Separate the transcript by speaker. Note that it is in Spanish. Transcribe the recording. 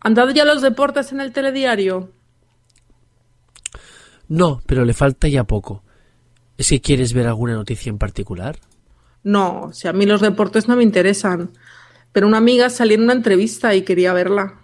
Speaker 1: ¿Han dado ya los deportes en el telediario?
Speaker 2: No, pero le falta ya poco. ¿Es que quieres ver alguna noticia en particular?
Speaker 1: No, si a mí los deportes no me interesan. Pero una amiga salía en una entrevista y quería verla.